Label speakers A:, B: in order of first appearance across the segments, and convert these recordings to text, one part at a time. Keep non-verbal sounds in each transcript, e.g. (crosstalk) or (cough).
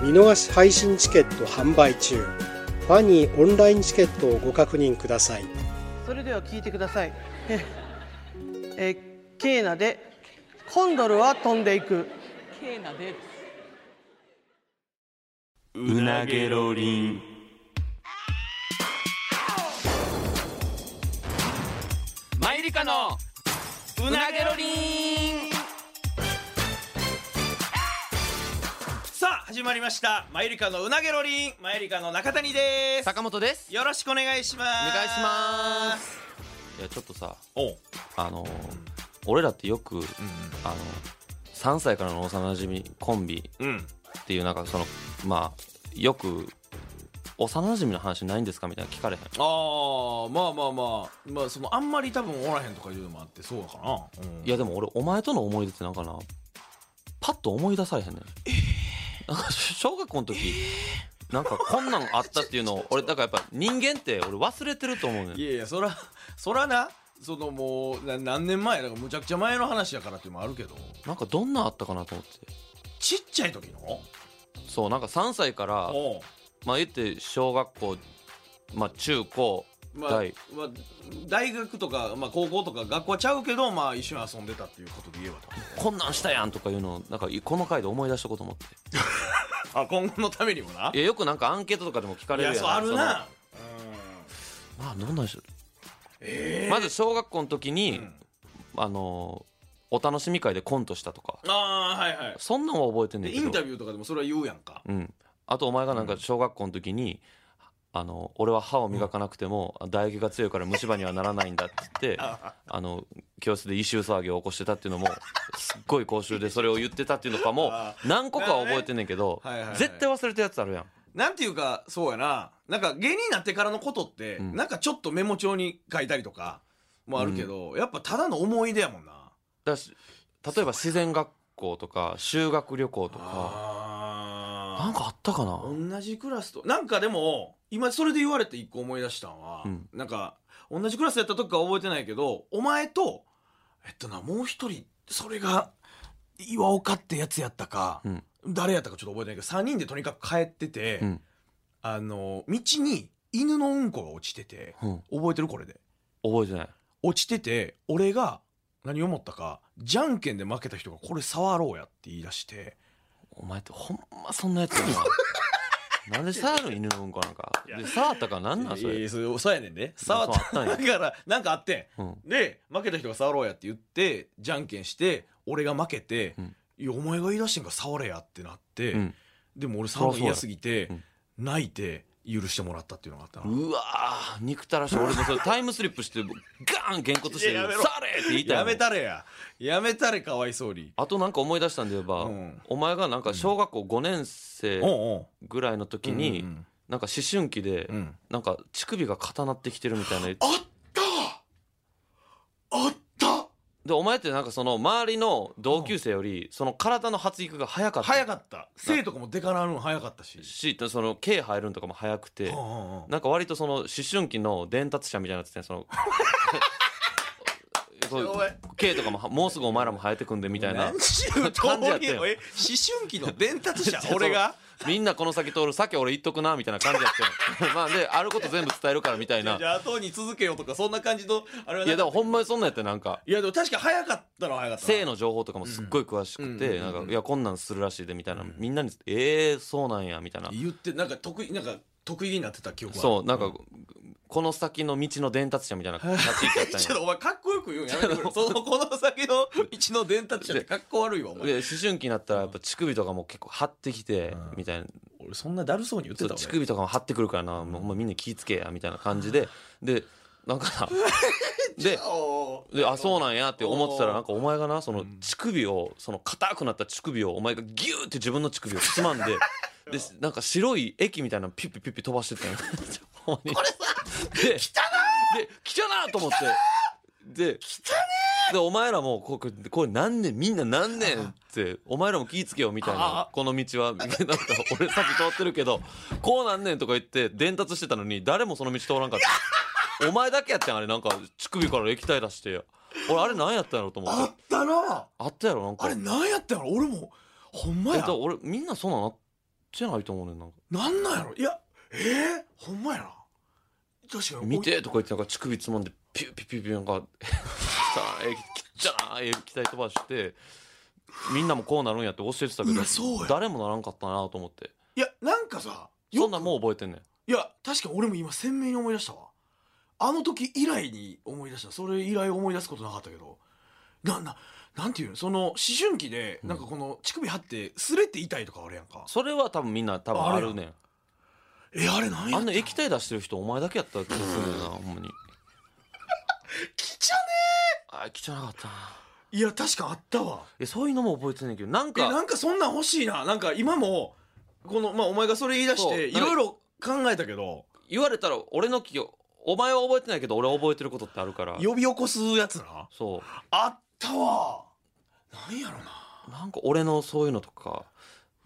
A: 見逃し配信チケット販売中ファニーオンラインチケットをご確認ください
B: それでは聞いてください (laughs) えーえーケーナでコンドルは飛んでいく
C: ケーナで
D: うなげろりんマイリカのうなげろりん
E: さあ始まりましたマユリカのうなげろりんマユリカの中谷です
D: 坂本です
E: よろしくお願いします
D: お願いしますいやちょっとさ
E: おう
D: あのー俺らってよく、あの3歳からの幼馴染みコンビ
E: うんうん
D: っていうなんかそのまあよく幼馴染みの話ないんですかみたいな聞かれへん
E: ああまあまあまあまあそのあんまり多分おらへんとかいうのもあってそうかな、うん
D: いやでも俺お前との思い出ってなんかなパッと思い出されへんねん、なんか小学校の時、なんかこんなんあったっていう (laughs) のを俺だからやっぱ人間って俺忘れてると思うねん
E: いやいやそらそらなそのもうな何年前だからむちゃくちゃ前の話やからっていうのもあるけど
D: なんかどんなんあったかなと思って
E: ちっちゃい時の
D: そうなんか3歳から
E: おう
D: まあ言って小学校まあ中高
E: まあ
D: 大
E: まあ、大学とか、まあ、高校とか学校はちゃうけど、まあ、一緒に遊んでたっていうことで言えばと
D: こんなんしたやんとかいうのをなんかこの回で思い出したこと思って
E: あ今後のためにもない
D: やよくなんかアンケートとかでも聞か
E: い
D: れるや
E: や
D: ん
E: そうあるな
D: そのまあどんなんしまず小学校の時に、
E: ん
D: あのーお楽しみ会でコントしたとか
E: ああはいはい
D: そんなんは覚えてんねん
E: で
D: け
E: イ
D: ど
E: ンタビューとかでもそれは言うやんか
D: うん、あとお前がなんか小学校の時に、あの俺は歯を磨かなくても唾液が強いから虫歯にはならないんだって
E: (laughs)
D: 言ってあの教室で異臭騒ぎを起こしてたっていうのもすっごい公衆でそれを言ってたっていうのとかも
E: あ
D: 何個かは覚えてんねんけど、
E: なるほどねはいはいはい
D: 絶対忘れたやつあるやん
E: なんていうかそうやななんか芸人になってからのことって、
D: ん
E: なんかちょっとメモ帳に書いたりとかもあるけど、やっぱただの思い出やもんな
D: だし例えば自然学校とか修学旅行とかな
E: あ
D: んかあったかな
E: 同じクラスとなんかでも今それで言われて一個思い出したんは、
D: うん
E: なんか同じクラスやった時かは覚えてないけどお前とえっとなもう一人それが岩岡ってやつやったか、
D: うん
E: 誰やったかちょっと覚えてないけど3人でとにかく帰ってて、
D: うん
E: あの道に犬のうんこが落ちてて
D: うん、
E: 覚えてるこれで
D: 覚えてない
E: 落ちてて俺が何思ったかじゃんけんで負けた人がこれ触ろうやって言い出して
D: お前ってほんまそんなやつや
E: (laughs)
D: ななんで触る犬のうんこなんかで触ったからなんなんそ
E: いやい
D: れ、
E: やそれそうやねんで触っ
D: そうあった
E: た
D: んや
E: だからなんかあって
D: うん、
E: んで負けた人が触ろうやって言ってじゃんけんして俺が負けて、
D: うん
E: いやお前が言い出してんから触れやってなって、
D: うん
E: でも俺触るの嫌すぎて、
D: そうや
E: 泣いて許してもらったっていうのがあったな
D: うわー憎たらしい俺も
E: (laughs)
D: それタイムスリップしてもうガーンげんこつして「
E: いや
D: さ
E: や
D: れ!
E: めろ」
D: って言いたいもん
E: やめたれややめたれかわいそうに
D: あとなんか思い出したんで言えば、
E: うん
D: お前がなんか小学校5年
E: おう
D: 生
E: おう
D: ぐらいの時に、
E: うんうん
D: なんか思春期で、
E: うん
D: なんか乳首が固なってきてるみたいな言って
E: あったあった
D: でお前ってなんかその周りの同級生よりその体の発育が早かった
E: 早かった生とかもデカなるの早かったし
D: しその毛入るのとかも早くて、なんか割とその思春期の伝達者みたいになってて
E: (laughs)
D: そのそう
E: お前
D: 毛とかももうすぐお前らも生えてくんでみたいな
E: 何しろ
D: 感じやったよ
E: え思春期の伝
D: (laughs)
E: 達者俺が
D: みんなこの先通る先俺言っとくなみたいな感じやって (laughs) んまあであること全部伝えるからみたいな
E: じゃあ後に続けよとかそんな感じのあれはい
D: やでもほんま
E: に
D: にそんなんやってなんか
E: いやでも確か早かったのは早かったな
D: 性の情報とかもすっごい詳しく
E: うんう
D: て
E: ん
D: なんかいやこんなんするらしいでみたいなみんなにええそうなんやみたいな
E: 言ってなんか得意なんか得意になってた記憶は
D: そうなんかこの先の道の伝達者みたいな立ち位置やっ
E: (laughs) (laughs) ち
D: た
E: ょ
D: ん
E: っとお前かっこよく言うんやめてくれそのこの先の道の伝達者ってかっこ悪いわお
D: や (laughs)
E: 前
D: で思春期になったらやっぱ乳首とかも結構張ってきて
E: うん
D: みたいな
E: 俺そんなだるそうに言って
D: そう
E: たわ
D: 乳首とかも張ってくるからなもうほんまみんな気ぃつけやみたいな感じででなんかなでであそうなんやって思ってたらなんかお前がなその乳首をその硬くなった乳首をお前がギューって自分の乳首をつまん (laughs) ででなんか白い液みたいなのピッピピッピ飛ばしてったよ (laughs) これさで汚で汚なと思ってででお前らもここれこれ何年みんな何年ってお前らも気ぃつけよみたいなこの道はなんか俺さっき通ってるけどこうなんねんとか言って伝達してたのに誰もその道通らんかったお前だけやったんあれなんか乳首から液体出して俺あれ何やったんやろと思
E: あ
D: って
E: ったな
D: あったやろなんか
E: あれなんやったんやろ俺もほんま
D: え
E: や
D: だから俺みんなそんなんなってないと思うねんなんか
E: なんなんやろいやえー、ほんまやな確かに
D: 見てとか言ってなんか乳首つまんでピューピューピューピューなんか汚い汚い液体飛ばしてみんなもこうなるんやって教えてたけ
E: い
D: ど
E: やそうや
D: 誰もならんかったなと思って
E: いやなんかさ
D: そんなんもう覚えてんねん
E: いや確かに俺も今鮮明に思い出したわあの時以来に思い出したそれ以来思い出すことなかったけどなななんていうのその思春期で
D: うん
E: なんかこの乳首張って擦れて痛いとかあるやんか、
D: それは多分みんな多分あるねん
E: えあれ何や
D: あ
E: った
D: んな液
E: き
D: 体出してる人お前だけやった気がするねんなほんまに
E: ちゃね
D: あー汚かったない
E: や確かあったわ
D: えそういうのも覚えてんねんけどなん
E: え
D: か
E: なんかそんなん欲しいななんか今もこのまあお前がそれ言い出し
D: そう
E: ていろいろ考えたけど
D: 言われたら俺の記憶お前は覚えてないけど俺は覚えてることってあるから
E: 呼び起こすやつな
D: そ
E: あったわなんやろな
D: うなんか俺のそういうのとか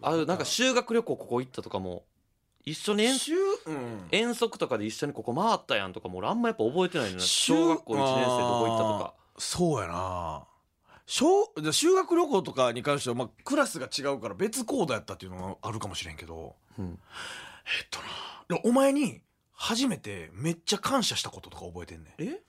D: あるなんか修学旅行ここ行ったとかも一緒に遠
E: 週うん
D: 遠足とかで一緒にここ回ったやんとかも俺あんまやっぱ覚えてないのよ
E: 修
D: 小学校1年生どこ行ったとか
E: そうやな小で修学旅行とかに関しては、まあ、クラスが違うから別行動やったっていうのがあるかもしれんけど
D: うん
E: えっとなでお前に初めてめっちゃ感謝したこととか覚えてんねん
D: え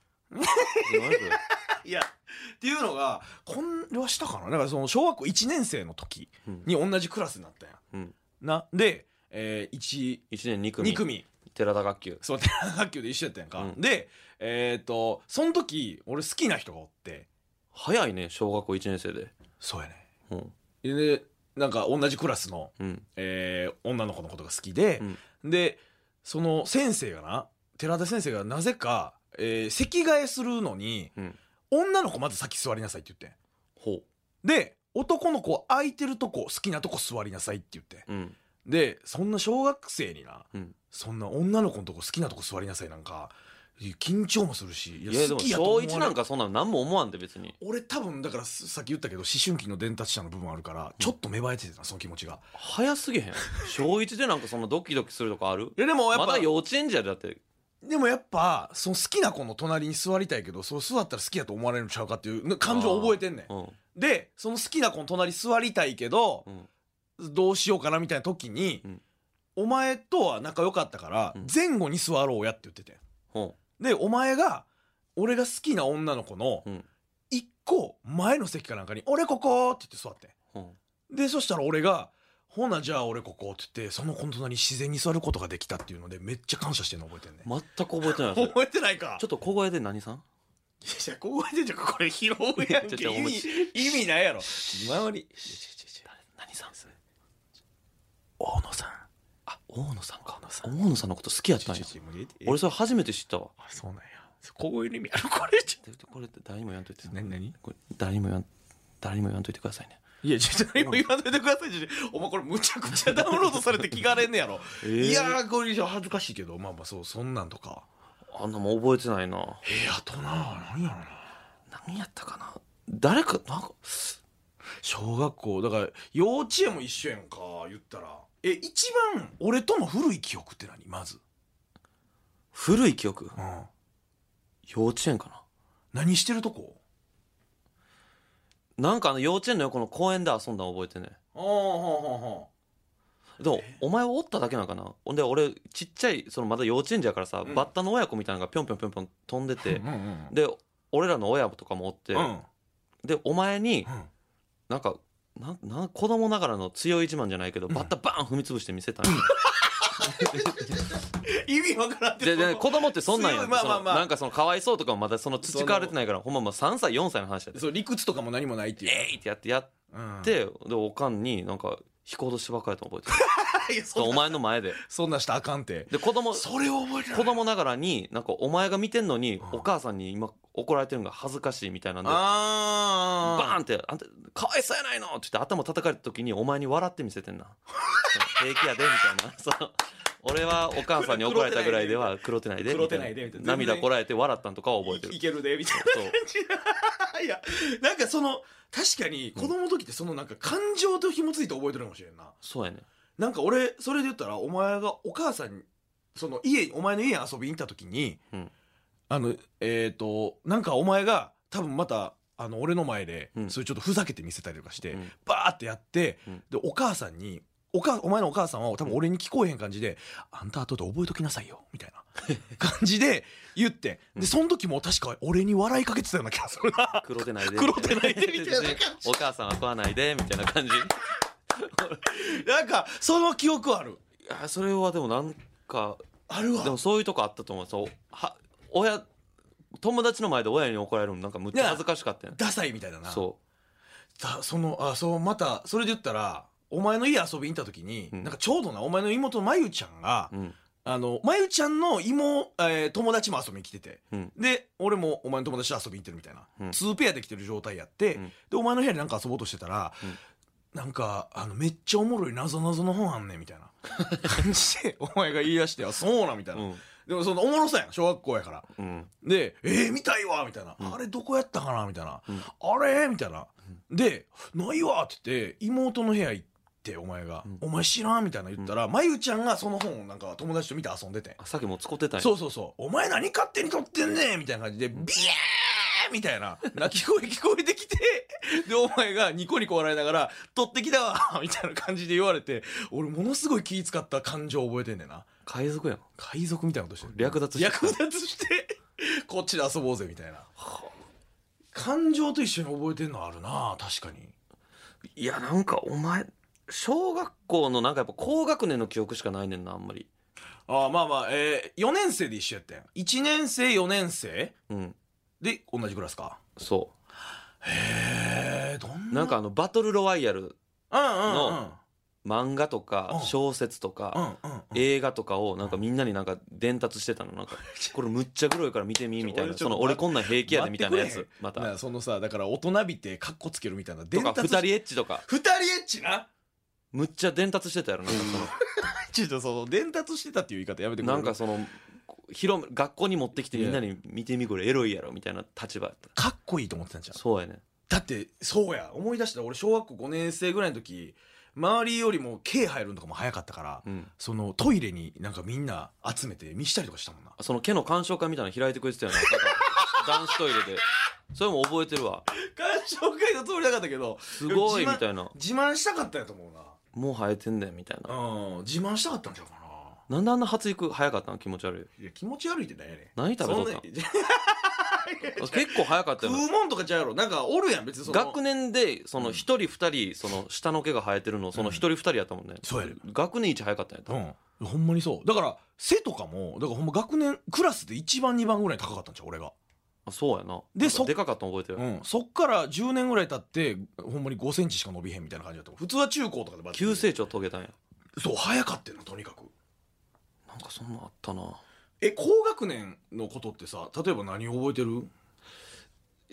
E: いやっていうのがこれはしたかなだからその小学校1年生の時
D: うん (laughs)
E: に同じクラスになったやん、
D: うん
E: なで、えー、1
D: 1年2組
E: 2組
D: 寺田学級
E: そう、 (laughs) 寺学級で一緒やったやんか。
D: うん
E: で、えっ、と、その時、俺好きな人がおって。
D: 早いね小学校1年生で
E: そうやね。
D: うん
E: で、なんか同じクラスの、
D: うん
E: えー女の子のことが好きで、で、その先生がな、寺田先生がなぜか、えー席替えするのに、
D: うん
E: 女の子まず先座りなさいって言って
D: ほ
E: ん。で、男の子は空いてるとこ、好きなとこ座りなさいって言ってん。
D: ううん
E: でそんな小学生にな、
D: うん
E: そんな女の子のとこ好きなとこ座りなさいなんか緊張もするしい
D: いやでも
E: と
D: 小
E: 思われ
D: 1なんかそんなの何も思わんで別に
E: 俺多分だからすさっき言ったけど思春期の伝達者の部分あるからちょっと芽生えててなその気持ちが
D: 早すぎへん小1でなんかそんなドキドキするとかある
E: いやでもやっ
D: ま
E: ぱ、
D: だ幼稚園児やでだって
E: でもやっぱその好きな子の隣に座りたいけどそう座ったら好きやと思われるんちゃうかっていう感情を覚えてんね
D: うん
E: んでその好きな子の隣座りたいけど
D: う、ん
E: どうしようかなみたいな時に、
D: うん
E: お前とは仲良かったから、
D: うん
E: 前後に座ろうやって言ってて
D: ほ
E: でお前が俺が好きな女の子の
D: うん
E: 一個前の席かなんかに「俺ここ!」って言って座って
D: うほ
E: でそしたら俺が「ほなじゃあ俺ここ」って言ってその子の隣に自然に座ることができたっていうのでめっちゃ感謝してるの覚えてんね
D: う全く覚えてないそれ
E: 覚えてないか
D: ちょっと小声で何さん
E: いやここでじゃこれ拾うやんけ
D: いやちょっと
E: 意味意味ないやろ今り
D: 何さんそれ
E: 大野さん
D: あ大野さんか大野さんのこと好きやったんや
E: ちょもうええ
D: 俺それ初めて知ったわ
E: あそうなんやこういう意味あるこれちょ
D: でこれって誰にもやんといて
E: っと何何
D: これ誰にもやん誰にもやんといてくださいね
E: いや、ちょっと (laughs) 何も言わないでください。ちょっとお前これむちゃくちゃダウンロードされて聞かれんねやろ。
D: ー
E: いやー、これ以上恥ずかしいけど、まあまあそう、そんなんとか。
D: あんなもん覚えてないな
E: えー、あとな、何やろな。
D: 何やったかな誰かなんか
E: 小学校、だから幼稚園も一緒やんか、言ったら。え、一番俺との古い記憶って何まず。
D: 古い記憶
E: うん。
D: 幼稚園か
E: 何してるとこ
D: ななんかあの幼稚園の横の公園で遊んだの覚えてんね
E: ああ、ほうほうほ
D: でもお前はおっただけなんかなほんで俺ちっちゃいそのまだ幼稚園児やからさ、
E: うん
D: バッタの親子みたいなのがぴょんぴょんぴょんぴょん飛んで
E: う。
D: て
E: うんうん
D: で俺らの親とかもおって、
E: うん。うん。
D: でお前に
E: うん
D: なんかなんなん子供ながらの強い自慢じゃないけどバッタバーン踏み潰して見せたん
E: (laughs)
D: よ
E: 意味わからんって
D: でで子供ってそんなんや
E: 強いまあまあまあ
D: そのなんかそのかわいそうとかもまだその培われてないからほんままあ3歳4歳の話やで
E: (laughs) そう、理屈とかも何もないっていう。
D: えいってやってやっ
E: うん、
D: てでおかんになんか引こうとしてばっかりだと覚えて
E: (laughs)
D: る
E: いや
D: そう
E: そ
D: お
E: んな
D: 前の前で
E: そんなんしたらあかんて
D: で子供
E: それを覚えてない
D: 子供ながらになんかお前が見てんのに
E: うん
D: お母さんに今怒られてるのが恥ずかしいみたいなんでバ
E: あ
D: ーンって「あんたかわいそうやないの!」って言って頭叩かれた時にお前に笑って見せてんな
E: (laughs)
D: そう平気やでみたいな (laughs) そう俺はお母さんに怒られたぐらいでは黒てないで
E: 黒てないでみたいな
D: 涙こらえて笑ったんとかは覚えて
E: い
D: る
E: いけるでみたい
D: そう
E: な (laughs) いやなんかその確かに子供の時ってそのなんか感情と紐付いて覚えてるかもしれんな
D: そうやね
E: なんか俺それで言ったらお前がお母さんにその家お前の家に遊びに行った時に、
D: うん
E: あのえっ、となんかお前が多分またあの俺の前で、
D: うん
E: それちょっとふざけて見せたりとかして、
D: うん
E: バーってやって、
D: うん
E: でお母さんにおかお前のお母さんは多分俺に聞こえへん感じで「あんた後で覚えときなさいよ」みたいな
D: (laughs)
E: 感じで言って
D: うん
E: でその時も確か俺に笑いかけてたような気がするな
D: 黒てないで
E: 黒てないでみたいな感じ
D: (laughs) お母さんは食わないでみたいな感じ
E: なんかその記憶はある
D: いやそれはでもなんか
E: あるわ
D: でもそういうとこあったと思うそうは親友達の前で親に怒られるのなんかむっちゃ恥ずかしかったよね
E: ダサいみたいだな
D: そ
E: だそのあそうまたそれで言ったらお前の家遊びに行った時に、
D: うん
E: なんかちょうどなお前の妹のまゆちゃんが、
D: ううん
E: あのまゆちゃんの妹、えー友達も遊びに来てて、
D: うん
E: で俺もお前の友達と遊びに行ってるみたいな、
D: うん
E: 2ペアで来てる状態やって、
D: うん
E: でお前の部屋でなんか遊ぼうとしてたら、
D: うん
E: なんかあのめっちゃおもろいなぞなぞの本あんねんみたいな感じでお前が言い出してあそうなみたいうな、
D: ん
E: でもそのおもろさやん小学校やから
D: うん
E: で「えー、見たいわ」みたいな、
D: うん
E: あれどこやったかな?」みたいな「
D: うん
E: あれ?」みたいな、で「ないわ」って言って妹の部屋行ってお前が
D: う
E: 「
D: ん
E: お前知らん?」みたいな言ったら、まゆちゃんがその本をなんか友達と見て遊んでて、
D: あさっきもう使ってたんや
E: そうそうそう「お前何勝手に撮ってんねん」みたいな感じで「ビヤー!」みたいな泣き声聞こえてきてでお前がニコニコ笑いながら「撮ってきたわ」 (laughs) みたいな感じで言われて俺ものすごい気使った感情覚えてんねんな
D: 海賊やん
E: 海賊みたいなことしてる
D: 略
E: (laughs)
D: 奪して
E: 略奪してこっちで遊ぼうぜみたいな感情と一緒に覚えてるのあるな確かに
D: いやなんかお前小学校のなんかやっぱ高学年の記憶しかないねんなあんまり
E: ああまあまあ、えー、4年生で一緒やったやん1年生4年生
D: うん
E: で同じクラスか
D: そ
E: へえどん
D: うなんかあのバトルロワイヤル
E: うんうんうん
D: 漫画とか
E: うん
D: 小説と
E: うん
D: か
E: うんうん
D: 映画とかをなんかみんなになんか伝達してたのなん
E: (laughs)
D: かこれむっちゃ黒いから見てみみたい
E: ちょ
D: な
E: ちょ
D: その俺こんなん平気やでみたいなや
E: 待っ
D: つ
E: て
D: ま
E: な
D: た
E: そのさだから大人びてカッコつけるみたいな
D: と
E: 伝
D: か
E: 達
D: 二人エッチとか
E: 二人エッチな
D: むっちゃ伝達してたやろなんかその
E: ちょっとその伝達してたっていう言い方やめてくれ
D: なん
E: る
D: かその広め学校に持ってきてみんなに見てみこれエロいやろみたいな立場やった
E: かっこいいと思ってたんじゃん
D: そうやね
E: だってそうや思い出した俺小学校5年生ぐらいの時周りよりも毛入るのとかも早かったから、
D: うん
E: そのトイレになんかみんな集めて見したりとかしたもんな
D: その毛の鑑賞会みたいなの開いてくれてたよななんか男子トイレでそれも覚えてるわ
E: (laughs) 鑑賞会の通りなかったけど
D: すごい
E: 自慢
D: みたいな
E: 自慢したかったやと思うな
D: もう生えてんだよみたいな
E: うん自慢したかったんちゃうかな
D: なんであんな発育早かったの気持ち悪
E: いや気持ち悪いってなんやねん
D: 何食べとったん
E: (laughs) そんな (laughs)
D: い結構早かった
E: 食
D: よな
E: うもんとかちゃうやろなんかおるやん別にその
D: 学年でその一人二人その下の毛が生えてるのその一人二人やったもんね、
E: そうやね
D: 学年一早かったんやった、
E: うんほんまにそうだから背とかもだからほんま学年クラスで1番2番ぐらい高かったんちゃう俺が
D: あそうやな
E: で
D: なんか
E: そ
D: でかかったの覚えてる、
E: うん、そっから10年ぐらい経ってほんまに5センチしか伸びへんみたいな感じだった普通は中高とかでバッて
D: 急成長遂げたんや
E: そう早かったよなとにかく
D: なんかそんなんあったなだか
E: え高学年のことってさ例えば何を覚えてる、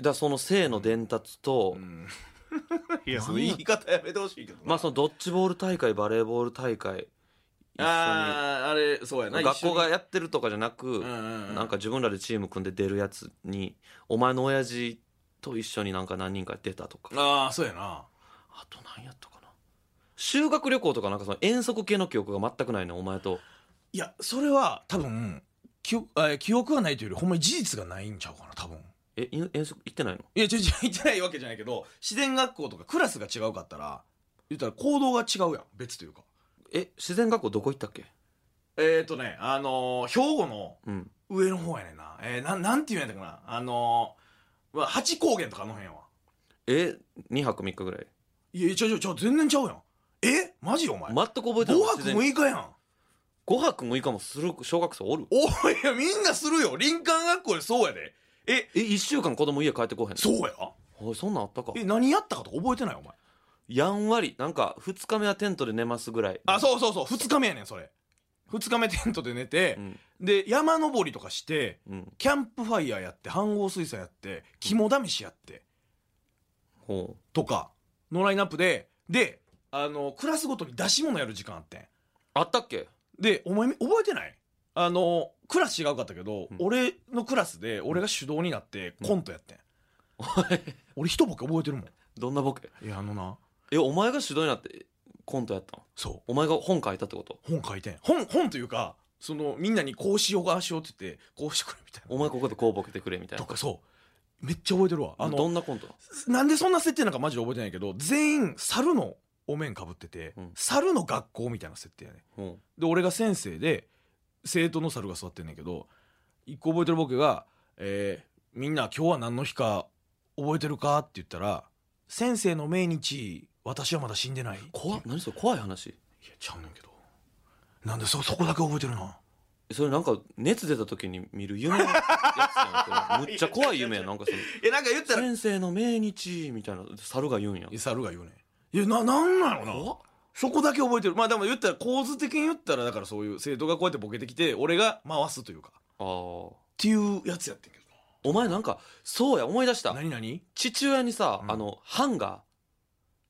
D: らその性の伝達と、
E: ん、 (laughs) いや
D: そ
E: そ
D: の
E: の
D: 言
E: 言
D: い
E: い方やめてほしいけど
D: まあそのドッジボール大会バレーボール大会一緒
E: あああれそうやな
D: に学校が
E: 一
D: やってるとかじゃなく、
E: 緒にうんうん
D: なんか自分らでチーム組んで出るやつにお前の親父と一緒になんか何人か出たとか
E: ああそうやな
D: あと何やったかな修学旅行とかなんかその遠足系の記憶が全くないねお前と
E: いやそれは多分記憶あ記憶がないというよりほんまに事実がないんちゃうかな多分
D: えい遠足行ってないの
E: いやちょちょ言ってないわけじゃないけど自然学校とかクラスが違うかったら言ったら行動が違うやん別というか
D: え自然学校どこ行ったっけ
E: えー、とね、あのー兵庫の
D: うん
E: 上の方やねんな。えー、なん、なんて言うんやったかな。あのー、まあ八高原とかあの辺は。
D: え2泊3日ぐらい
E: いや、ちょちょちょ、全然ちゃうやん。えマジお前。
D: 全く覚えてない
E: 5泊6日やん。
D: 5泊6日もする小学生おる
E: おいや、みんなするよ。林間学校でそうやで。え、
D: え1週間子供家帰ってこうへんの
E: そうや
D: おいそんなんあったか
E: え、何やったかとか覚えてないお前。
D: やんわりなんか2日目はテントで寝ますぐらい
E: あそうそうそう2日目やねんそれ2日目テントで寝て
D: う、ん
E: で山登りとかして
D: うん
E: キャンプファイヤーやって飯合水産やって肝試しやって
D: ほう
E: とかのラインナップでであのクラスごとに出し物やる時間あってん
D: あったっけ
E: でお前み覚えてないあのクラス違うかったけど、
D: うん
E: 俺のクラスで俺が主導になってコントやってん、俺一ボケ覚えてるもん
D: どんなボケ
E: いやあのな
D: えお前が主導になってコントやったの
E: そ
D: お前が本書いたってこと
E: う本書いてん本本というかそのみんなにこうしようああしようって言ってこうしてくれみたいな
D: お前ここでこうボケてくれみたい
E: と
D: な
E: かそうめっちゃ覚えてるわあの
D: どんなコント
E: なんでそんな設定なんかマジで覚えてないけど全員猿のお面かぶってて、
D: うん
E: 猿の学校みたいな設定やね
D: なの
E: で俺が先生で生徒の猿が座ってんねんけど一個覚えてる僕が、えーみんな今日は何の日か覚えてるか?」って言ったら「先生の命日私はまだ死んでない」
D: 怖っ
E: い
D: 何それ怖い話
E: やちゃうねんけどなんでそそこだけ覚えてるの
D: それなんか熱出た時に見る夢のやつやん (laughs) それむっちゃ怖い夢やなんかその
E: えなんか言ったら
D: 先生の命日みたいな猿が言うんや
E: 猿が言うねんいやななんなのなそこだけ覚えてるまあでも言ったら構図的に言ったらだからそういう生徒がこうやってボケてきて俺が回すというかっ
D: あー
E: ていうやつやってんけど
D: お前なんかそうや思い出した
E: 何何
D: 父親にさ、
E: うん
D: あのハンガ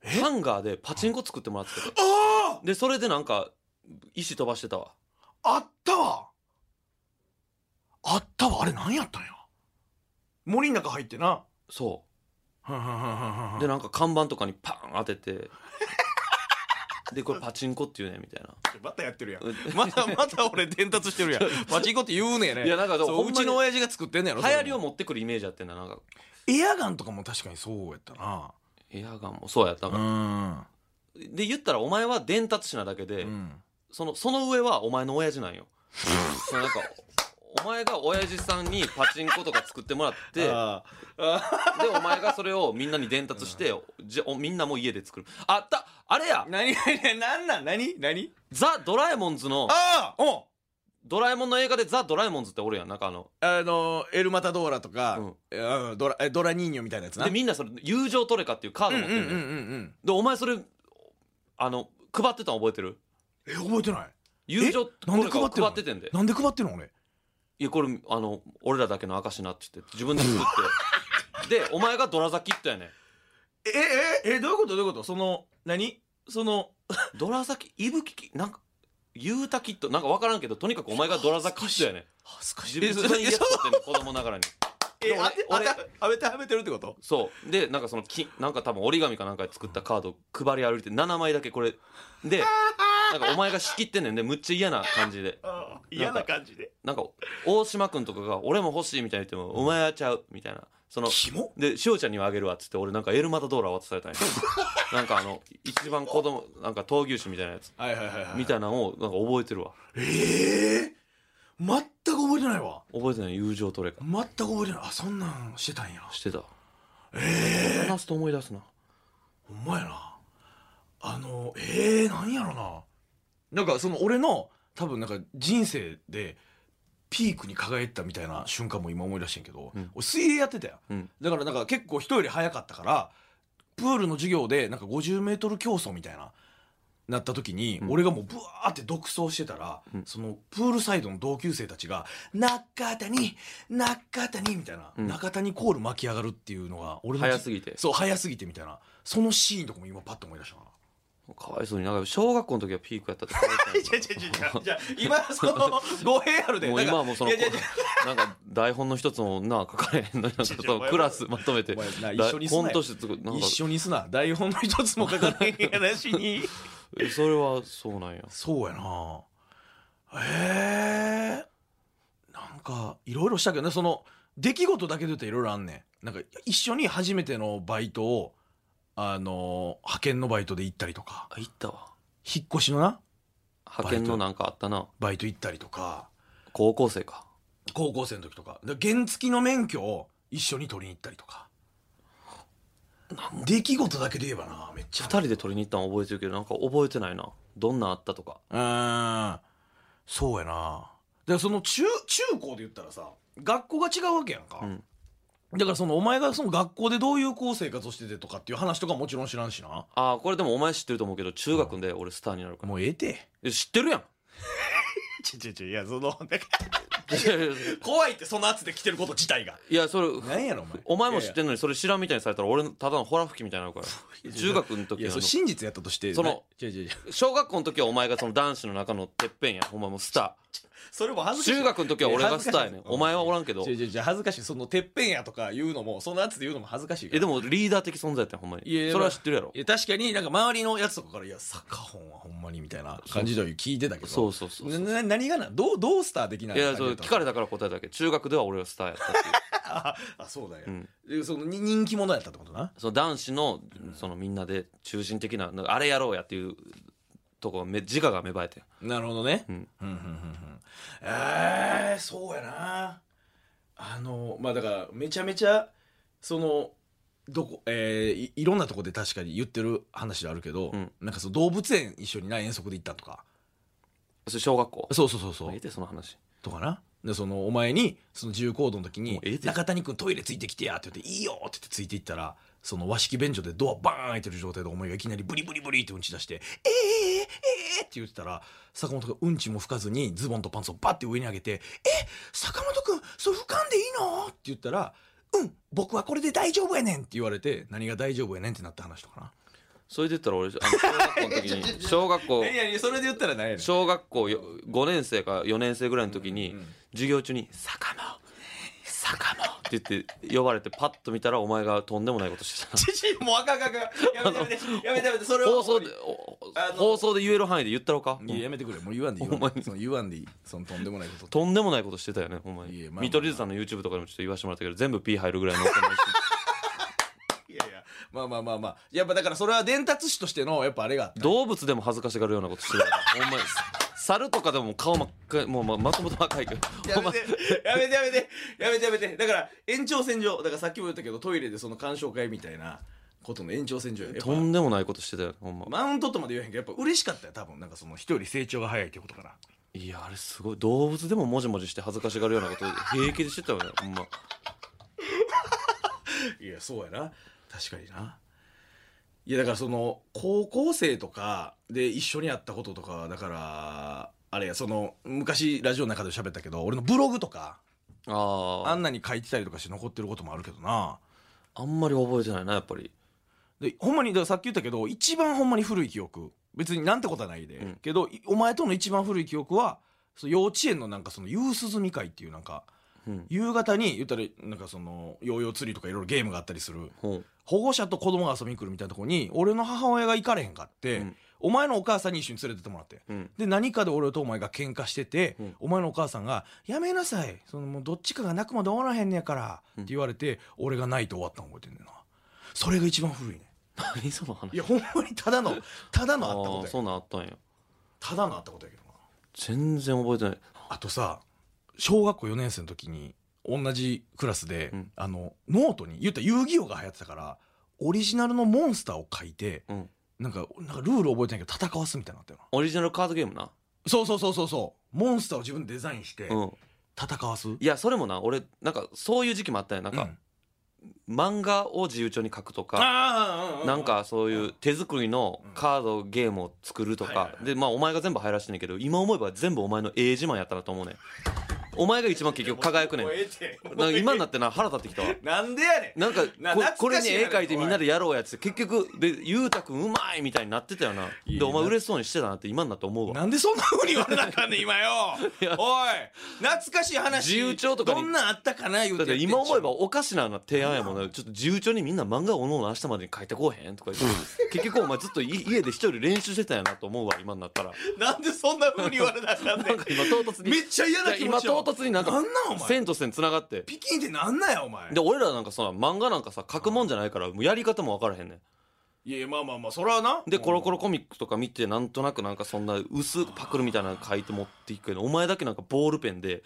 D: ーハンガーでパチンコ作ってもらってた
E: あ
D: でそれでなんか石飛ばしてたわ
E: ああったわあったわあれ何やったんや森の中入ってな
D: そ
E: はんはんはんはんは
D: うんでなんか看板とかにパーン当ててでこれパチンコっていうねみたいな
E: またやってるやん (laughs) またまた俺伝達してるやんパチンコって言うねんね
D: いやなんかでも
E: そう
D: ほんま
E: う
D: に
E: ちの親父が作ってんねやろ
D: 流行りを
E: それ
D: 持ってくるイメージやってんだなんか
E: もエアガンとかも確かにそうやったな
D: エアガンもそうやった
E: う
D: なんか
E: ん
D: で言ったらお前は伝達者なだけで、
E: うん
D: そのその上はお前の親父なんよそのなんかお前が親父さんにパチンコとか作ってもらって
E: あ
D: でお前がそれをみんなに伝達して、じゃおみんなも家で作るあったあれや
E: ー何何何なん何何
D: ザ・ドラえもんズの
E: ああうん
D: ドラえもんの映画でザ・ドラえもんズっておるやんなんかあの
E: あのエルマタドーラとか、
D: うん
E: えーうんドラえドラニーニョみたいなやつな
D: でみんなそれ友情トレカっていうカード
E: うん
D: 持
E: う
D: っ
E: んう
D: て
E: ん
D: る
E: う
D: ね、ん
E: ん
D: でお前それあの配ってたの覚えてる
E: え覚えてない
D: 友情ト
E: なんで
D: レカ
E: 配
D: を
E: ってるの
D: 配っててんで
E: なんで配ってるの俺
D: いやこれあの俺らだけの証なって言って自分で作
E: (laughs)
D: ってでお前がドラザキってやねん
E: えええどういうことどういうことその何その
D: ドラザキイブキキなんかユータキットなんか分からんけどとにかくお前がドラザキットやねん
E: (laughs) 恥ずか
D: 自
E: え
D: 分
E: そ
D: で家作ってんの子供ながらに
E: え
D: でも
E: あてあ
D: 俺
E: てあめてあめてるってこと
D: そうでなんかそのきなんか多分折り紙かなんかで作ったカード配り歩いて7枚だけこれでなんかお前が仕切ってんねんでむっちゃ嫌な感じで嫌な
E: 感じで
D: なんか大島君とかが「俺も欲しい」みたいに言っても「お前はちゃう」みたいなその
E: キモ
D: でしおちゃんにはあげるわっつって俺なんかエルマタドーラ渡されたんや
E: (laughs)
D: なんかあの一番子供なんか闘牛士みたいなやつ
E: はいはいはいはい
D: みたいなのをなんか覚えてるわ
E: ええ全く覚えてないわ
D: 覚えてない友情トレカ
E: 全く覚えてないあそんなんしてたんや
D: してた話すと思い出すな
E: ほんまやな。あの、ええー、なんやろな。なんかその俺の多分なんか人生でピークに輝いてたみたいな瞬間も今思い出してんけど、
D: うん
E: 俺水泳やってたよ。
D: うん
E: だからなんか結構人より早かったから、プールの授業でなんか50メートル競争みたいな。なった時に、
D: うん
E: 俺がもうブワーって独走してたら、
D: うん
E: そのプールサイドの同級生たちが「中谷中谷」みたいな、
D: うん
E: 中谷コール巻き上がるっていうのが俺の
D: 早すぎて
E: そう早すぎてみたいなそのシーンとかも今パッと思い出したな
D: かわいそうになんか小学校の時はピークやったって書い
E: (laughs)
D: てある
E: じゃあ今その語弊あるで
D: もう今はもうその
E: いやいやいや
D: なんか台本の一つもな書かれへんのになんか
E: (laughs) いやいや
D: そのクラスまとめて
E: お前な一緒にすなよ
D: コントして作るなんか
E: 一緒にすな台本の一つも書かれへん話に
D: えそれはそうなんや
E: そうやなえー、なんかいろいろしたけどねその出来事だけで言うといろいろあんねんなんか一緒に初めてのバイトをあの派遣のバイトで行ったりとか
D: あ行ったわ
E: 引っ越しのな
D: 派遣のなんかあったな
E: バイト行ったりとか
D: 高校生か
E: 高校生の時とかで原付の免許を一緒に取りに行ったりとか出来事だけで言えばなめっちゃ
D: 二人で取りに行ったの覚えてるけどなんか覚えてないなどんなんあったとか
E: うーんそうやなでその中中高で言ったらさ学校が違うわけやんか、
D: うん
E: だからそのお前がその学校でどういうこう生活をしててとかっていう話とかもちろん知らんしな
D: ああこれでもお前知ってると思うけど中学で俺スターになるから
E: もうええて
D: え知ってる
E: (laughs)
D: やん
E: ちちちいやその
D: いやいやいや
E: (laughs) 怖いってその圧で来てること自体が
D: いやそれ
E: なんやろお前
D: お前も知っ
E: る
D: てんのにそれ知らんみたいにされたら俺ただのホラ吹きみたいになるから中学の
E: (laughs) い
D: 時
E: や
D: は
E: それ真実やったとして
D: その
E: 違う違う違う
D: 小学校の時はお前がその男子の中のてっぺんやほんまもうスタ
E: それも恥
D: ー
E: ずかしい
D: 中学の時は俺がスターやねん
E: 恥ずかしい
D: お前はおらんけど
E: 違う違う違う恥ずかしいそのてっぺんやとか言うのもその圧で言うのも恥ずかしいから
D: えでもリーダー的存在やったんほんまに
E: いやいや
D: それは知ってるやろ
E: いや確かになんか周りのやつとかから「いやサッカー本はほんまに」みたいな感じで聞いてたけど
D: そうそうそうそう
E: なな何がなどうどうスター的ない
D: やそう聞かれ
E: た
D: たから答えただけ中学では俺はスターやったっ
E: (laughs)
D: ていう
E: ああそうだよ、
D: うん
E: でそのに人気者やったってことな
D: その男子のそのみんなで中心的なあれやろうやっていうとこがめ自我が芽生えて
E: なるほどね
D: うん
E: うんうんうんうんえー、そうやなあのまあだからめちゃめちゃそのどこえー、いいろんなとこで確かに言ってる話であるけど、
D: うん
E: なんかその動物園一緒にな遠足で行ったとか
D: それ小学校
E: そうそうそうそう
D: ええでその話
E: とかなでそのお前にその自由行動の時
D: も
E: に
D: うええ
E: 「
D: で
E: 中谷君トイレついてきてや」って言って「いいよ」って言ってついていったらその和式便所でドアバーン開いてる状態でお前がいきなりブリブリブリってうんち出して「ええええええって言ってたら坂本がうんちも拭かずにズボンとパンツをバッて上に上げて「え坂本君それ拭かんでいいの?」って言ったら「うん僕はこれで大丈夫やねん」って言われて何が大丈夫やねんってなった話とかな。
D: それで言ったら
E: (laughs)
D: 俺あの小学校の時に小学校
E: いやそれで言ったら何やね
D: 小学校よ5年生か4年生ぐらいの時に授業中に「坂本坂本」って言って呼ばれてパッと見たらお前がとんでもないことしてた
E: もうあかんあかんあかんやめてやめてやめてやめてそれは
D: 放送でお
E: あの
D: 放送で言える範囲で言ったろか
E: いややめてくれもう言わんでいい
D: ほんまに
E: その言わんでいいそのとんでもないこと
D: とんでもないことしてたよねほんま
E: い
D: に
E: やまあまあ
D: 見取り図さんの YouTube とかでもちょっと言わせてもらったけど全部 P 入るぐらいのお金持ち
E: (laughs) いやいやまあまあまあまあやっぱだからそれは伝達師としてのやっぱあれがあった
D: 動物でも恥ずかしがるようなことしてたよほんまに猿とかでも顔真っ赤もうままともと真っ赤いけど
E: や
D: ほん
E: め
D: ま
E: てやめてやめてやめてやめてだから延長線上だからさっきも言ったけどトイレでその鑑賞会みたいなことの延長線上ややっぱ
D: とんでもないことしてたよほんま
E: マウントとまで言えへんけどやっぱ嬉しかったよ多分なんかその人より成長が早いってことかない
D: やあれすごい動物でももじもじして恥ずかしがるようなこと平気でしてたよねほんま
E: いやそうやな確かにないやだからその高校生とかで一緒にやったこととかだからあれやその昔ラジオの中で喋ったけど俺のブログとか
D: ああ
E: あんなに書いてたりとかして残ってることもあるけどな
D: あんまり覚えてないなやっぱり
E: でほんまにだからさっき言ったけど一番ほんまに古い記憶別になんてことはないで、
D: うん
E: けどいお前との一番古い記憶はその幼稚園のなんかその夕涼み会っていうなんか
D: うん
E: 夕方に言ったらなんかそのヨーヨー釣りとかいろいろゲームがあったりする
D: ほう
E: 保護者と子供が遊びに来るみたいなとこに俺の母親が行かれへんかって、
D: うん
E: お前のお母さんに一緒に連れてってもらって
D: うん
E: で何かで俺とお前が喧嘩してて、
D: うん
E: お前のお母さんが「やめなさいそのもうどっちかが泣くまで終わらへんねやから」
D: うん
E: って言われて、俺が泣いて終わったの覚えてんねんなそれが一番古いね
D: (laughs) 何その話
E: いやほんまにただのただのあったこ
D: あー
E: と
D: そ
E: や
D: んなんあったんや
E: ただのあったことやけどな
D: 全然覚えてない
E: あとさ小学校4年生の時に同じクラスで、
D: うん
E: あのノートに言ったら遊戯王が流行ってたからオリジナルのモンスターを書いて、
D: うん
E: なんかなんかルール覚えてないけど戦わすみたいなのあったよな
D: オリジナルカードゲームな
E: そうそうそうそうそうモンスターを自分でデザインして
D: うん
E: 戦わす、
D: いやそれもな俺なんかそういう時期もあったんやなん
E: う
D: か、
E: ん
D: 漫画を自由帳に書くとか
E: あーううう
D: なんかそういう手作りのカードゲームを作ると
E: はいはい
D: か
E: はい
D: でまあお前が全部入らしてんねんけど今思えば全部お前の英字マンやったなと思うねんお前が一番結局輝くねん
E: もうええてもうええて
D: なんか今になってな腹立ってきたわ
E: なんでやねん
D: なんかこ
E: (laughs) な懐かしい
D: これに
E: な
D: 絵描いて
E: おい
D: みんなでやろうやつって結局で裕太君うまいみたいになってたよない
E: い
D: で
E: な
D: お前嬉しそうにしてたなって今になって思うわ
E: なんでそんな風に言われなあかんねん今よ
D: や
E: おい懐かしい話
D: 自由帳とかに
E: どんなんあったかな言う
D: だって
E: やん
D: 今思えばおかしな提案やもんなちょっと自由帳にみんな漫画をおのおの明日までに書いてこうへんとか言って結局お前ずっとい家で一人練習してたんやなと思うわ今になったら
E: なんでそんな風に言われなあかんね
D: なんんか今唐突に
E: めっちゃ嫌な気持ち
D: 今
E: やわ
D: 唐突になんか
E: なんなんお前
D: 線と線つながって
E: ピキンってなんなんやお前
D: で俺らなんかさ漫画なんかさ書くもんじゃないからもうやり方も分からへんね
E: いやいやまあまあまあそれはなん
D: でコロコロコミックとか見てなんとなくなんかそんな薄くパクるみたいなの書いて持っていくけどお前だけなんかボールペンで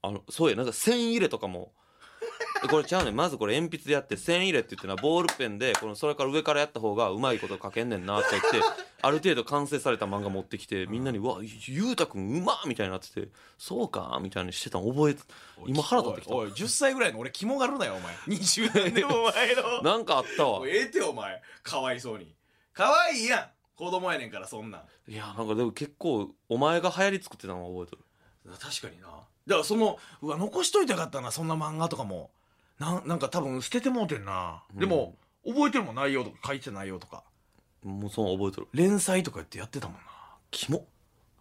D: あのそうやなんか線入れとかも (laughs) でこれちゃうねんまずこれ鉛筆でやって線入れって言ってなボールペンでこのそれから上からやった方がうまいこと書けんねんなって言って
E: (laughs)
D: ある程度完成された漫画持ってきてみんなに「うわゆうたくんうまっ!」みたいになってて「そうか?」みたいにしてたの覚えて今腹立ってき
E: おいおい10歳ぐらいの俺肝がるなよお
D: (laughs)
E: 前20年でもお前
D: た
E: の
D: なんかあった
E: も
D: わ
E: うええってお前かわいそうにかわいいやん子供やねんからそんなん
D: いやなんかでも結構お前が流行り作ってたのは覚えてる
E: 確かになだからそのうわ残しといてよかったなそんな漫画とかもなんなんか多分捨ててもうてんな、でも覚えてるもん内容とか書いてた内容とか
D: もうその覚えてる
E: 連載とかやってやってたもんな
D: キモ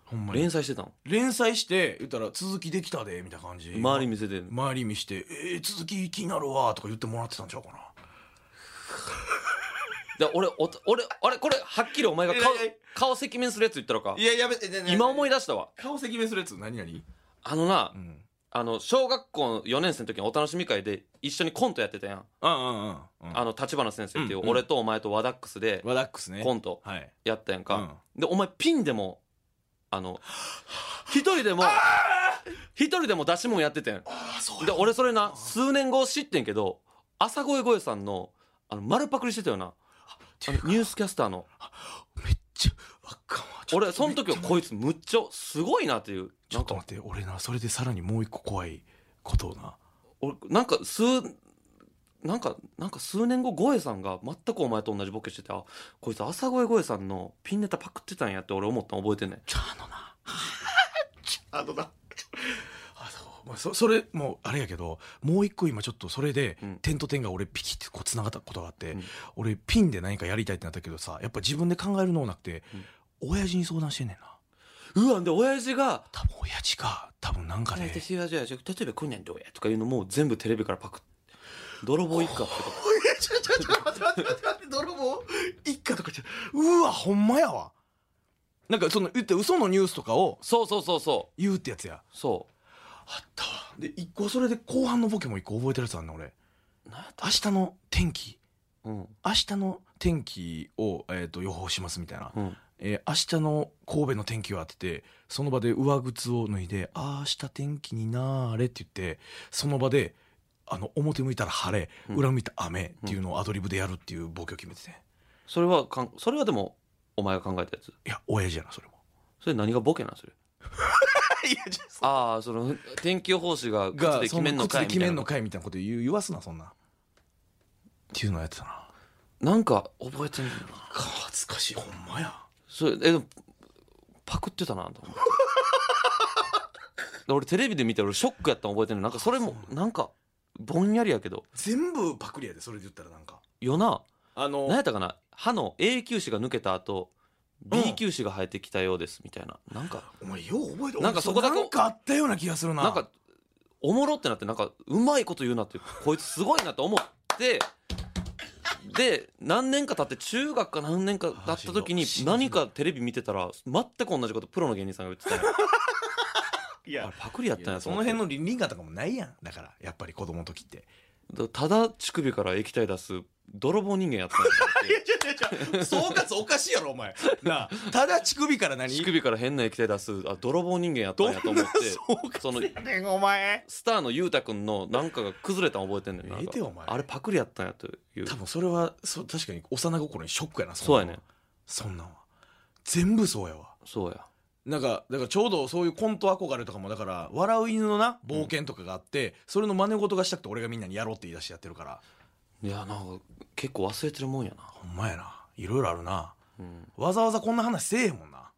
E: ほんまに
D: 連載してたの
E: 連載して言ったら続きできたでみたいな感じ
D: 周り見せてんの
E: 周り見して「えー、続き気になるわ」とか言ってもらってたんちゃうかな
D: で俺おと俺あれこれはっきりお前が顔
E: ええ
D: 顔赤面するやつ言ったのか
E: ややめて、ね
D: 今思
E: い
D: い出したわ
E: 顔赤面するやつ何何
D: あのな
E: うん
D: あの小学校4年生の時のお楽しみ会で一緒にコントやってたやん
E: うんうんうんうん
D: あの立花先生っていう
E: うんうん
D: 俺とお前とワダックスで
E: ワダックスね
D: コント
E: はい
D: やったやん
E: うん
D: かでお前ピンでもあの
E: (laughs)
D: 一人でも一人でも出し物やっててん
E: ああそう
D: で俺それな数年後知ってんけど朝声声さんのあの丸パクリしてたよなあのニュースキャスターの
E: めっちゃあかんわちょっと
D: 俺その時はこいつむっちゃすごいなっていう
E: ち
D: な
E: ょ
D: ん
E: っと
D: か
E: 待って俺なそれでさらにもう一個怖いことをな
D: 俺なんか数なんかなんか数年後ゴエさんが全くお前と同じボケしててあこいつ朝声ゴエさんのピンネタパクってたんやって俺思ったの覚えてんねん
E: ちゃあのなあのなあそうまあそそれもうあれやけどもう一個今ちょっとそれで
D: うん
E: 点と点が俺ピキってこうつながったことがあって、
D: うん
E: 俺ピンで何かやりたいってなったけどさやっぱ自分で考えるのなくて、親父に相談してんねんな
D: うわで親父が
E: 多分親父が多分な
D: 「
E: んかね
D: 私はじゃあ例えばこんなんどうや」とかいうのも全部テレビからパクって泥棒一家とか
E: ちょちょちょ待って待って待って待って泥棒一家とかじゃうわほんまやわなんかその言って嘘のニュースとかを
D: そうそうそうそう
E: 言うってやつや
D: そ
E: あったわで一個それで後半のボケも一個覚えてるやつあんねん俺
D: うなんやっ
E: 明日の天気
D: たうん
E: 明日の天気を、えー、と予報しますみたいな、
D: うん
E: えー明日の神戸の天気はっててその場で上靴を脱いで「あー明日天気になーれ」って言ってその場であの表向いたら晴れ
D: うん
E: 裏向いたら雨っていうのをアドリブでやるっていうボケを決めてて、
D: それはかんそれはでもお前が考えたやつ
E: いや親父やなそれも
D: それ何がボケなんそれ
E: (laughs) いやじゃあ
D: ああその天気予報士が靴で
E: が
D: 決
E: そ
D: め
E: の
D: んの
E: 靴
D: かい
E: で
D: み
E: 決
D: た
E: め
D: い
E: んの
D: な
E: かいみたいなこと言う言わすなそんなっていうのをやってたな
D: なんか覚えてんねんな
E: 恥ずかしいほんまや
D: それえでもパクってたなと思って (laughs) 俺テレビで見て俺ショックやったの覚えてるなんかそれもなんかぼんやりやけど
E: 全部パクリやでそれで言ったらなんか
D: よな
E: あの
D: 何やったかな歯の A 球歯が抜けた後
E: うん
D: B 球歯が生えてきたようですみたいななんか
E: お前よう覚えてる
D: なんかそこだけ
E: なんかあったような気がするな
D: なんかおもろってなってなんかうまいこと言うなってこいつすごいなと思ってで何年か経って中学か何年か経った時に
E: あーしんどい
D: 何かテレビ見てたら全く同じことプロの芸人さんが言ってたんや
E: い
D: あれパクリやったんやと
E: そ
D: 思
E: の
D: って
E: 辺の倫理観とかもないやんだからやっぱり子供の時って
D: だただ乳首から液体出す泥棒人間やってたんだっ
E: (laughs)
D: て
E: 違う違う違う総括おかしいやろお前なあただ乳首から何
D: 乳首から変な液体出すあ泥棒人間やったんやと思ってその
E: やねんお前
D: スターの裕太君のなんかが崩れたの覚えてんねんな
E: ええてお前
D: あれパクリやったんやという
E: 多分それはそ確かに幼心にショックやな
D: そうや
E: んなん
D: ね
E: そんなんは全部そうやわ
D: そうや
E: なんかだからちょうどそういうコント憧れとかもだから「笑う犬のな冒険」とかがあって、それの真似事がしたくて俺がみんなにやろうって言い出してやってるから
D: いやなんか結構忘れてるもんやな、
E: ほんまやないろいろあるな
D: うん、
E: わざわざこんな話せえへんもんな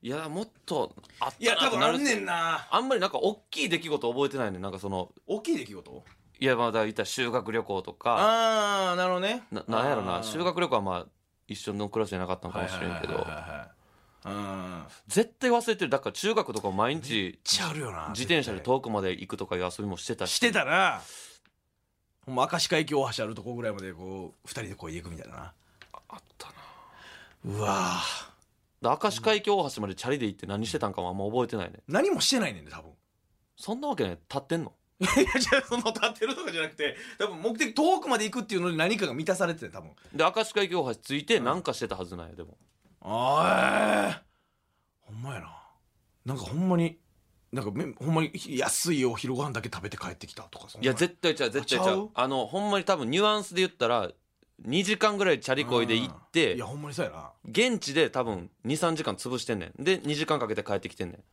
E: い
D: やもっとあっ
E: いや
D: たなっ
E: 多
D: て
E: 分
D: な
E: あ
D: る
E: んねんな
D: あんまりなんか大きい出来事覚えてないねんなんかその
E: 大きい出来事
D: いやまだいたら修学旅行とか
E: ああなるほどね
D: ななんやろ
E: あ
D: な
E: ー
D: 修学旅行はまあ一緒のクラスじゃなかったのか
E: はい
D: も
E: は
D: し
E: い
D: れ
E: は
D: ん
E: いはい
D: けど
E: はいうんめっ
D: 絶対忘れてるだから中学とか毎日
E: ちゃあるよな
D: 自転車で
E: 絶対
D: 遠くまで行くとかいう遊びもしてたし
E: してたなほんま明石海峡大橋あるとこぐらいまでこう二人でこう行くみたいなな
D: あったな
E: うわー
D: 明石海峡大橋までチャリで行って何してたんかもあんま覚えてないね
E: 何もしてないねんで多分
D: そんなわけね立ってんの
E: (laughs) いやじゃあその立ってるとかじゃなくて多分目的遠くまで行くっていうのに何かが満たされてて多分
D: で明石海峡大橋着いて何かしてたはずなんやでも
E: ああほんまやななんかほんまになんかめほんまに安いお昼ご飯だけ食べて帰ってきたとかそんない
D: や絶対ちゃう絶対ち
E: ち
D: ゃ
E: ゃ
D: う
E: う
D: あのほんまに多分ニュアンスで言ったら2時間ぐらいチャリこいで行って
E: いやほんまにそうやな
D: 現地で多分23時間潰してんねんで2時間かけて帰ってきてんねん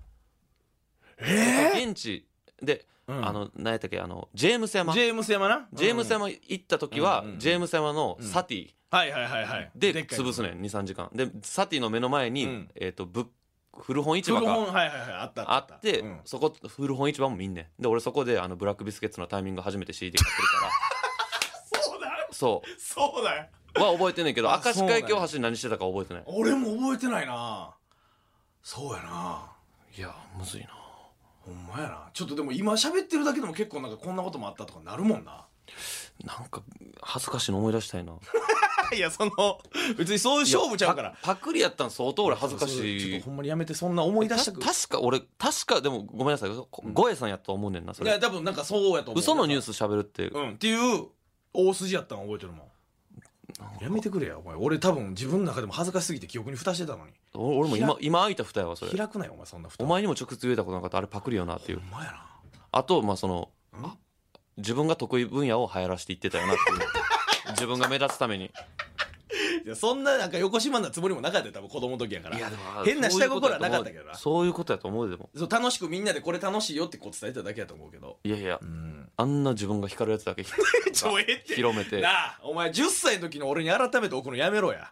E: え
D: 現地で、
E: うん
D: あの何やったっけあのジェームス山
E: ジ
D: ジェ
E: ェームス山な
D: ームス山行った時は、
E: うんうんうん
D: ジェームス山のサティ
E: はいはいはいはい
D: で潰すね
E: ん
D: ん23時間でサティの目の前に、
E: うん
D: えー、とぶ古本市
E: 古
D: 場
E: 本
D: が
E: はいはいはいあった
D: あって、
E: うん
D: そこ古本市場も見んねんで俺そこであのブラックビスケッツのタイミング初めて CD 買ってるか
E: (laughs)
D: ら
E: そうだよ
D: そ
E: そうだよ
D: うは覚えてんねんけど
E: あ
D: 明石海峡大橋で何してたか覚えてない
E: 俺も覚えてないなそうやない
D: やむずいな
E: ほんまやなちょっとでも今喋ってるだけでも結構なんかこんなこともあったとかなるもんな
D: なんか恥ずかしいの思い出したいない
E: やその別にそういう (laughs) 勝負ちゃうから
D: パパクリやったん相当俺恥ずか
E: そうちょ
D: し
E: っ
D: い
E: とほんまにやめてそんな思い出したたく
D: 確か俺確かでもごめんなさいゴエさんやと思うねんなそ
E: いや
D: れ
E: 多分なんかそうやと思う
D: 嘘のニュース喋るって
E: うんっていう大筋やったの覚えてるもんやめてくれやお前俺多分自分の中でも恥ずかしすぎて記憶に蓋してたのに
D: お俺も今今開いた蓋やわそれ
E: 開くなよお前そんな蓋
D: お前にも直接言えたことなかったあれパクリよなっていう
E: ほんまやな
D: あとまあその
E: ん
D: あ自分が得意分野を流行らしていってたよなっていう
E: (laughs)
D: 自分が目立つために
E: いやそんななんか横島なつもりもなかったよ多分子供の時やから変な下心はなかったけどな
D: そういうことやと思うでも
E: そう楽しくみんなでこれ楽しいよってこう伝えてただけやと思うけど
D: いやいや
E: うん
D: あんな自分が光るやつだけ
E: (laughs) ちょええって
D: 広めてい
E: な
D: や
E: あお前10歳の時の俺に改めて送るのやめろや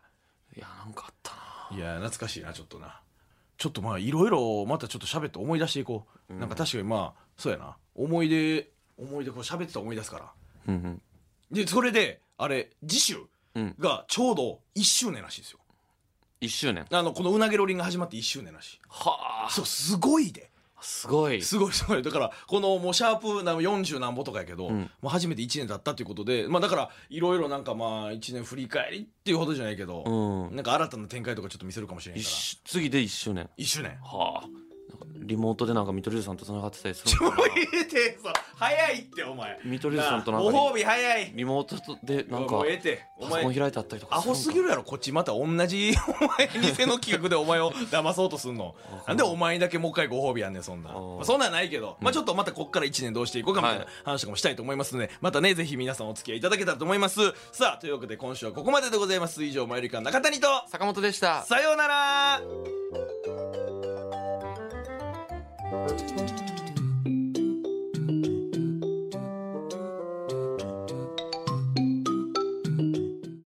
D: なんかあったない
E: や懐かしいなちょっとなちょっとまあいろいろまたちょっと喋って思い出していこう、
D: うん
E: なんか確かにまあそうやな思い出思い出こう喋ってたら思い出すから
D: うん
E: でそれであれ次週
D: うんうん
E: がちょうど1周年らしいですよ
D: 1周年
E: あのこのうなげロリンが始まって1周年らしい
D: は
E: そうすごいです
D: ごい
E: すごいすごいだからこのもうシャープな40何歩とかやけど、
D: うん
E: もう初めて1年だったっていうことでまあだからいろいろなんかまあ1年振り返りっていうほどじゃないけど、
D: うん
E: なんか新たな展開とかちょっと見せるかもしれない
D: 一
E: から
D: 周次で1周年
E: 1周年
D: はあリモートでなんか見取り図さんと繋がってたりする
E: ちょ
D: のかない
E: てさ早いってお前
D: 見取り図さんとなんか
E: なあご褒美早い
D: リモートでなん
E: も
D: か
E: うええてお
D: パソコン
E: 前
D: 開いてあったりとか
E: ア
D: するん
E: ホ
D: か
E: すぎるやろこっちまた同じ (laughs) お前偽の企画でお前を騙そうとすんのなんでお前にだけもう一回ご褒美やんねんそんな、
D: おう
E: まあそんなんないけど、まあちょっとまたこっから1年どうしていこうかみたいな
D: はい
E: 話とかもしたいと思いますのでまたねぜひ皆さんお付き合いいただけたらと思いますさあというわけで今週はここまででございます以上マユリカの中谷と
D: 坂本でした
E: さようなら